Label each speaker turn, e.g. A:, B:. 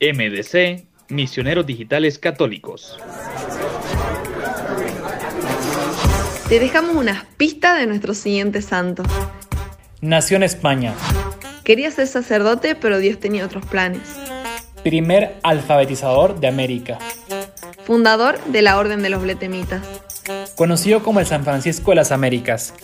A: MDC, Misioneros Digitales Católicos.
B: Te dejamos unas pistas de nuestro siguiente santo.
C: Nació en España.
B: Quería ser sacerdote, pero Dios tenía otros planes.
C: Primer alfabetizador de América.
B: Fundador de la Orden de los Bletemitas.
C: Conocido como el San Francisco de las Américas.